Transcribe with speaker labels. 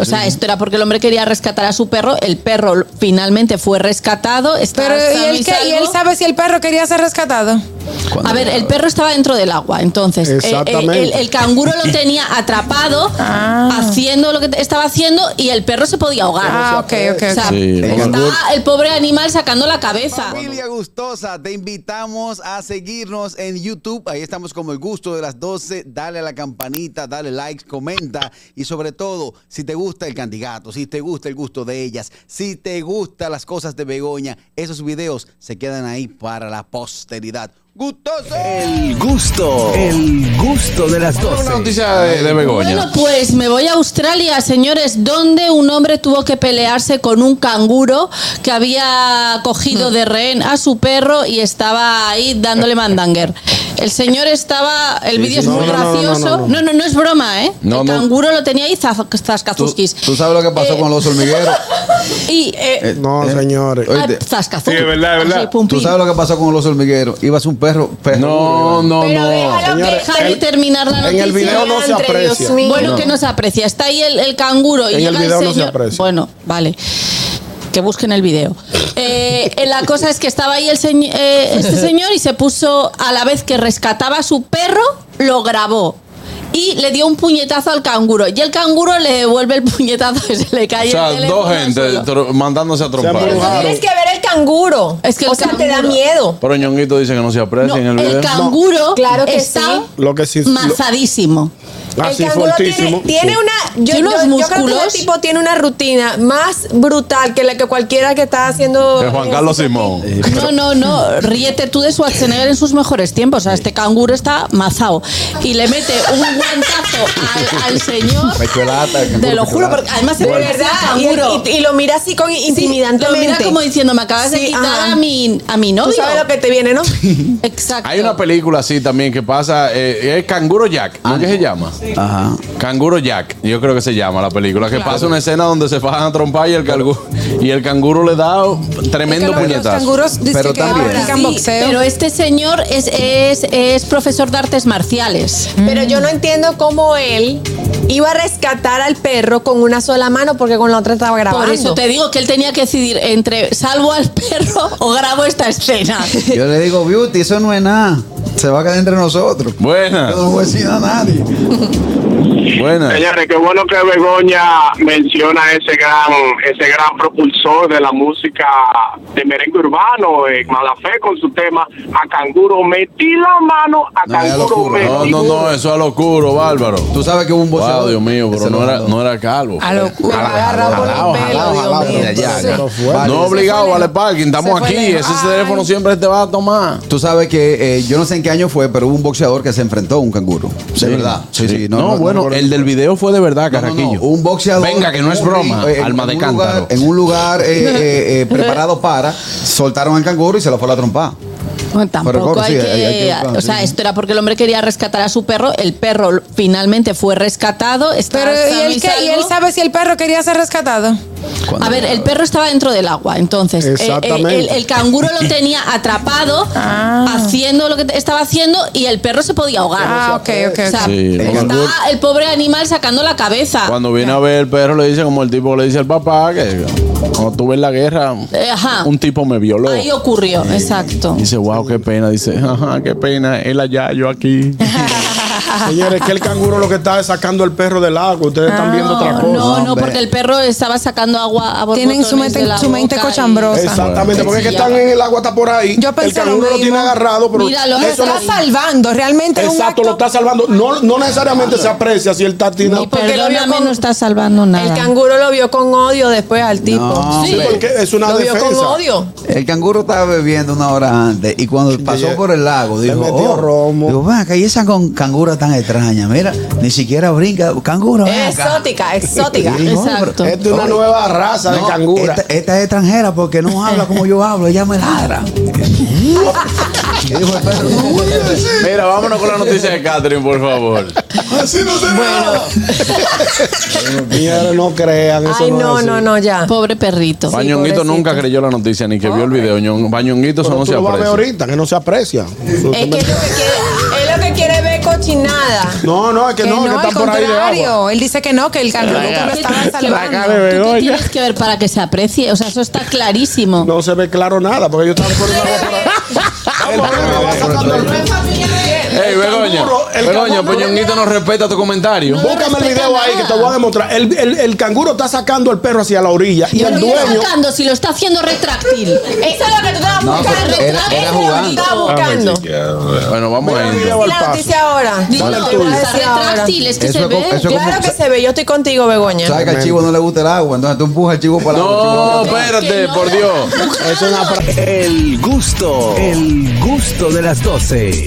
Speaker 1: O sea, esto era porque el hombre quería rescatar a su perro. El perro finalmente fue rescatado. estaba
Speaker 2: Pero ¿y
Speaker 1: sano
Speaker 2: él, qué?
Speaker 1: salvo.
Speaker 2: ¿Y él sabe si el perro quería ser rescatado?
Speaker 1: A ver, el perro estaba dentro del agua, entonces. eh, eh, El,
Speaker 3: Exactamente.
Speaker 1: el canguro lo tenía atrapado, haciendo lo que te- estaba haciendo, y el perro se podía ahogar.
Speaker 2: Ah, ok, ok,
Speaker 1: O
Speaker 2: ok.
Speaker 1: sea,
Speaker 4: Sí, el canguro-
Speaker 1: estaba el pobre animal sacando la cabeza.
Speaker 5: Familia gustosa, te invitamos a seguirnos en YouTube. Ahí estamos como el gusto de las 12. Dale a la campanita, dale like, comenta. Y sobre todo, si te gusta el candidato, si te gusta el gusto de ellas, si te gustan las cosas de Begoña, esos videos se quedan ahí para la posteridad. ¡Gustoso!
Speaker 6: El gusto, el gusto de las
Speaker 4: Una
Speaker 6: 12.
Speaker 4: noticia de, de Begoña.
Speaker 1: Bueno, pues me voy a Australia, señores, donde un hombre tuvo que pelearse con un canguro que había cogido de rehén a su perro y estaba ahí dándole mandanger. El señor estaba, el vídeo es
Speaker 4: sí,
Speaker 1: muy
Speaker 4: no, no, no, no,
Speaker 1: gracioso. No no no, es broma, ¿eh?
Speaker 4: No,
Speaker 1: el
Speaker 4: no.
Speaker 1: canguro lo tenía ahí zaz- zascazuskis.
Speaker 5: sabes lo que
Speaker 1: pasó Eh. con
Speaker 5: los hormigueros?
Speaker 1: Y eh,
Speaker 3: No, señores.
Speaker 1: ah, zascazuskis.
Speaker 4: Sí, es verdad, es verdad.
Speaker 1: Así, pum, pim.
Speaker 5: lo que pasó con los hormigueros? Ibas un perro,
Speaker 4: No, no,
Speaker 1: Pero
Speaker 4: no.
Speaker 1: déjalo que
Speaker 3: Señores,
Speaker 1: Javi
Speaker 3: el-
Speaker 1: terminar la
Speaker 3: en
Speaker 1: noticia.
Speaker 3: el video no se
Speaker 2: Andre,
Speaker 3: aprecia.
Speaker 2: Dios mío.
Speaker 1: Bueno, que no se aprecia. Está ahí el, el canguro. Y
Speaker 3: En el
Speaker 1: llega
Speaker 3: video no se
Speaker 1: señor-
Speaker 3: aprecia.
Speaker 1: Bueno, vale. Que busquen el video. Eh, eh, la cosa es que estaba ahí el señ- eh, este señor y se puso, a la vez que rescataba a su perro, lo grabó. Y le dio un puñetazo al canguro. Y el canguro le devuelve el puñetazo y se le cae
Speaker 4: O sea,
Speaker 1: el teléfono
Speaker 4: dos
Speaker 1: al
Speaker 4: gente
Speaker 1: suelo.
Speaker 4: tro- mandándose a
Speaker 3: embrujaron.
Speaker 4: trompar.
Speaker 3: Claro.
Speaker 2: Tienes que ver el canguro.
Speaker 1: Es que el
Speaker 2: o sea, te da
Speaker 1: canguro-
Speaker 2: miedo.
Speaker 4: Pero Ñonguito dice que no se
Speaker 1: No,
Speaker 4: aprecia en el
Speaker 1: el,
Speaker 4: video.
Speaker 1: canguro
Speaker 2: Claro que
Speaker 1: está
Speaker 2: sí.
Speaker 3: Lo que sí. lo-
Speaker 1: mazadísimo.
Speaker 4: Ah,
Speaker 3: así
Speaker 2: el canguro tiene,
Speaker 3: fortísimo.
Speaker 2: tiene
Speaker 3: Sí.
Speaker 2: una. Yo,
Speaker 1: Tiene
Speaker 2: yo-
Speaker 1: unos
Speaker 2: yo creo que
Speaker 1: músculos.
Speaker 2: ese tipo tiene una rutina más brutal que la que cualquiera que está haciendo.
Speaker 4: Que Juan Carlos Simón.
Speaker 1: No, no, no. Ríete tú de Schwarzenegger en sus mejores tiempos. O sea, este canguro está mazao. Y le mete un guantazo al, al señor.
Speaker 5: Pecholata, el canguro
Speaker 1: Te lo juro,
Speaker 5: pecholata.
Speaker 1: porque además se
Speaker 2: De
Speaker 1: parece
Speaker 2: verdad.
Speaker 1: al
Speaker 2: Y,
Speaker 1: canguro.
Speaker 2: y- y lo mira así con
Speaker 1: Lo
Speaker 2: intimidantemente.
Speaker 1: mira como diciendo, me acabas de
Speaker 2: Sí,
Speaker 1: quitar
Speaker 2: ajá.
Speaker 1: a mi, a mi
Speaker 2: Tú
Speaker 1: novio.
Speaker 2: sabes lo que te viene, ¿no?
Speaker 1: Exacto.
Speaker 4: Hay una película así también que pasa, eh, es Canguro Jack, ¿no que se llama?
Speaker 5: Ajá.
Speaker 4: Canguro Jack, yo creo que se llama la película, que pasa una escena donde se fajan a trompar y el, canguro, y el canguro le da tremendo
Speaker 2: Porque los
Speaker 4: puñetazo.
Speaker 2: canguros dicen
Speaker 5: Pero
Speaker 2: que
Speaker 5: también.
Speaker 2: practican
Speaker 1: Sí,
Speaker 2: boxeo.
Speaker 1: pero este señor es, es, es profesor de artes marciales.
Speaker 2: Pero yo no entiendo cómo él iba a rescatar al perro con una sola mano porque con la otra estaba grabando.
Speaker 1: Por eso te digo que él tenía que decidir entre salvo al perro o grabo esta escena.
Speaker 5: Yo le digo, Beauty, eso no es nada. Se va a quedar entre nosotros.
Speaker 4: Buena,
Speaker 5: Yo no voy a decir a nadie.
Speaker 4: buena.
Speaker 7: Señores, qué bueno que Begoña menciona ese gran, ese gran propulsor de la música de merengue urbano, eh, Malafé con su tema A Canguro metí la mano, a
Speaker 5: No, ya
Speaker 7: Canguro
Speaker 5: locura.
Speaker 7: metí.
Speaker 4: No, no, no, eso es locuro, bárbaro.
Speaker 5: Tú sabes que hubo un boxeador.
Speaker 4: Wow, Dios mío,
Speaker 5: que se
Speaker 4: pero no
Speaker 5: lo
Speaker 4: era,
Speaker 5: mandó.
Speaker 4: no era calvo.
Speaker 2: A locura. Me va a agarrar por
Speaker 4: Jalao,
Speaker 2: el pelo,
Speaker 4: jalao,
Speaker 2: Dios
Speaker 4: jalao,
Speaker 2: mío.
Speaker 4: de allá,
Speaker 2: Sí.
Speaker 4: acá.
Speaker 3: Pero fue.
Speaker 4: No
Speaker 5: Vale.
Speaker 4: obligado,
Speaker 2: Se fue
Speaker 4: vale,
Speaker 2: lejos.
Speaker 4: parking, estamos
Speaker 2: Se fue
Speaker 4: aquí.
Speaker 2: lejos.
Speaker 4: Ese
Speaker 2: Ay.
Speaker 4: teléfono siempre te va a tomar.
Speaker 5: Tú sabes que eh, yo no sé en qué año fue, pero hubo un boxeador que se enfrentó a un canguro. De verdad. Sí, sí.
Speaker 4: No, bueno,
Speaker 5: recuerdo.
Speaker 4: el del video fue de verdad,
Speaker 5: No, no, no,
Speaker 4: Carraquillo.
Speaker 5: Un boxeador.
Speaker 4: Venga, que no es
Speaker 5: un ring,
Speaker 4: broma.
Speaker 5: eh, en
Speaker 4: alma de
Speaker 5: un lugar-
Speaker 4: cántaro.
Speaker 5: En un lugar eh, eh, eh, preparado para, soltaron al canguro y se lo fue a la trompa.
Speaker 1: Bueno, tampoco
Speaker 5: corre,
Speaker 1: hay,
Speaker 5: sí,
Speaker 1: que,
Speaker 5: hay- hay que buscar,
Speaker 1: O sea,
Speaker 5: sí.
Speaker 1: esto era porque el hombre quería rescatar a su perro. El perro finalmente fue rescatado. estaba
Speaker 2: Pero ¿y
Speaker 1: sano
Speaker 2: él, qué-
Speaker 1: salvo.
Speaker 2: y él sabe si el perro quería ser rescatado.
Speaker 1: A ver, el perro estaba dentro del agua, entonces. eh, eh,
Speaker 3: Exactamente.
Speaker 1: el, el canguro lo tenía atrapado, haciendo lo que te- estaba haciendo, y el perro se podía ahogar.
Speaker 2: Ah, ok, ok,
Speaker 1: O sea,
Speaker 2: ok.
Speaker 4: Sí,
Speaker 1: estaba
Speaker 5: canguro-
Speaker 1: el pobre animal sacando la cabeza.
Speaker 4: Cuando viene a ver el perro, le dice como el tipo que le dice al papá que cuando tuve en la guerra,
Speaker 1: Eh, Ajá.
Speaker 4: un tipo me violó.
Speaker 1: Ahí ocurrió, exacto.
Speaker 4: Dice, wow, qué pena. Dice, ajá, qué pena. Él allá, yo aquí.
Speaker 3: Señores, que el canguro lo que está es sacando el perro del agua. Ustedes están viendo otra cosa.
Speaker 1: Ah, No, no,
Speaker 5: Hombre.
Speaker 1: porque el perro estaba sacando agua a
Speaker 2: Tienen su
Speaker 1: borbotones
Speaker 2: mente-
Speaker 1: de la
Speaker 2: su mente
Speaker 1: boca y-
Speaker 2: cochambrosa.
Speaker 3: Exactamente, porque es que
Speaker 1: Sí,
Speaker 3: están
Speaker 1: ya.
Speaker 3: en el agua, está por ahí.
Speaker 2: Yo
Speaker 3: el
Speaker 2: pensé lo
Speaker 3: canguro lo, tiene
Speaker 2: mismo.
Speaker 3: agarrado, pero
Speaker 1: Míralo,
Speaker 2: Lo
Speaker 1: Eso
Speaker 2: está
Speaker 1: no-
Speaker 2: salvando, realmente es un
Speaker 3: Exacto, lo
Speaker 2: acto-
Speaker 3: está salvando. No, no necesariamente se aprecia si él está
Speaker 5: Eh,
Speaker 3: tirando.
Speaker 1: Y
Speaker 2: porque lo vio
Speaker 1: perdóname,
Speaker 2: con-
Speaker 1: no está salvando
Speaker 2: El
Speaker 1: nada.
Speaker 2: canguro lo vio con odio después al tipo.
Speaker 5: No,
Speaker 3: Sí,
Speaker 5: hombre.
Speaker 3: porque es una
Speaker 2: lo vio
Speaker 3: defensa.
Speaker 2: con odio.
Speaker 5: El canguro estaba bebiendo una hora antes y cuando pasó por el lago dijo,
Speaker 3: metió
Speaker 5: oh,
Speaker 3: romo.
Speaker 5: digo, ven acá, y esa con cangura tan extraña, mira, ni siquiera brinca, canguro, ven
Speaker 2: Es
Speaker 5: acá".
Speaker 2: exótica, exótica.
Speaker 5: Y dijo, "Oye,
Speaker 1: Exacto.
Speaker 5: pero-
Speaker 3: Esta es una
Speaker 5: oye,
Speaker 3: nueva raza de
Speaker 5: no, este-
Speaker 3: cangura.
Speaker 5: Esta, esta es extranjera porque no habla como yo hablo, ella me ladra. Y dijo el perro, "No, güey,
Speaker 4: Mira, vámonos con la noticia de Catherine, por favor.
Speaker 5: así no se habla".
Speaker 3: Señores, no crean eso.
Speaker 2: Ay,
Speaker 3: no,
Speaker 2: no,
Speaker 3: es
Speaker 2: no,
Speaker 3: así.
Speaker 2: no, ya.
Speaker 1: Pobre perrito.
Speaker 4: Bañonguito
Speaker 2: pobrecito.
Speaker 4: nunca creyó la noticia ni que vio el video. Ñon- Bañonguito eso
Speaker 3: Pero
Speaker 4: no
Speaker 3: tú
Speaker 4: se
Speaker 3: lo vas a ver
Speaker 4: aprecia.
Speaker 3: ahorita, que no se aprecia.
Speaker 2: Es que es lo que quiere, es lo que quiere ver cochambrosa cochinada.
Speaker 3: No, no, es
Speaker 2: Eh,
Speaker 3: que,
Speaker 8: Que
Speaker 3: no,
Speaker 8: no,
Speaker 3: que
Speaker 8: al
Speaker 3: están por ahí de agua.
Speaker 8: contrario. Él dice que no, que el canguro que lo estaba
Speaker 3: cara de
Speaker 8: salvando.
Speaker 1: ¿Tú qué
Speaker 3: Begoña.
Speaker 1: tienes que ver para que se aprecie? O sea, eso está clarísimo.
Speaker 3: No se ve claro nada, porque yo estaba poniendo agua por ahí. El canguro va sacando el pez. Eh,
Speaker 4: Ey, Begoña,
Speaker 3: canguro, el
Speaker 4: Begoña,
Speaker 3: canguro.
Speaker 4: pues Ñonguito no respeta tu comentario.
Speaker 3: Búscame el video ahí que te voy a demostrar. El, el- el canguro está sacando el perro hacia la orilla y
Speaker 1: Pero
Speaker 3: el
Speaker 1: lo está
Speaker 3: dueño.
Speaker 1: sacando si lo está haciendo retráctil. Eso es lo que tú estabas
Speaker 4: No, buscando. pero era- era jugando.
Speaker 2: Estaba buscando.
Speaker 3: Ah,
Speaker 2: Dile
Speaker 4: Bueno, vamos a
Speaker 3: el
Speaker 4: ir.
Speaker 3: video al
Speaker 2: la
Speaker 3: paso.
Speaker 2: noticia ahora.
Speaker 1: Digo,
Speaker 3: Dale
Speaker 1: no,
Speaker 3: tú.
Speaker 1: pero está
Speaker 2: Decía ahora.
Speaker 1: retráctil, es que
Speaker 5: Eso
Speaker 1: se
Speaker 5: es como-
Speaker 1: ve.
Speaker 5: eso es como-
Speaker 2: Claro que se ve, yo estoy contigo, Begoña.
Speaker 5: Sabes que al chivo no le gusta el agua, entonces tú empujas al chivo para
Speaker 4: No,
Speaker 5: el chivo-
Speaker 4: espérate, por Dios.
Speaker 3: Es una fra-
Speaker 6: El gusto, el gusto de las 12.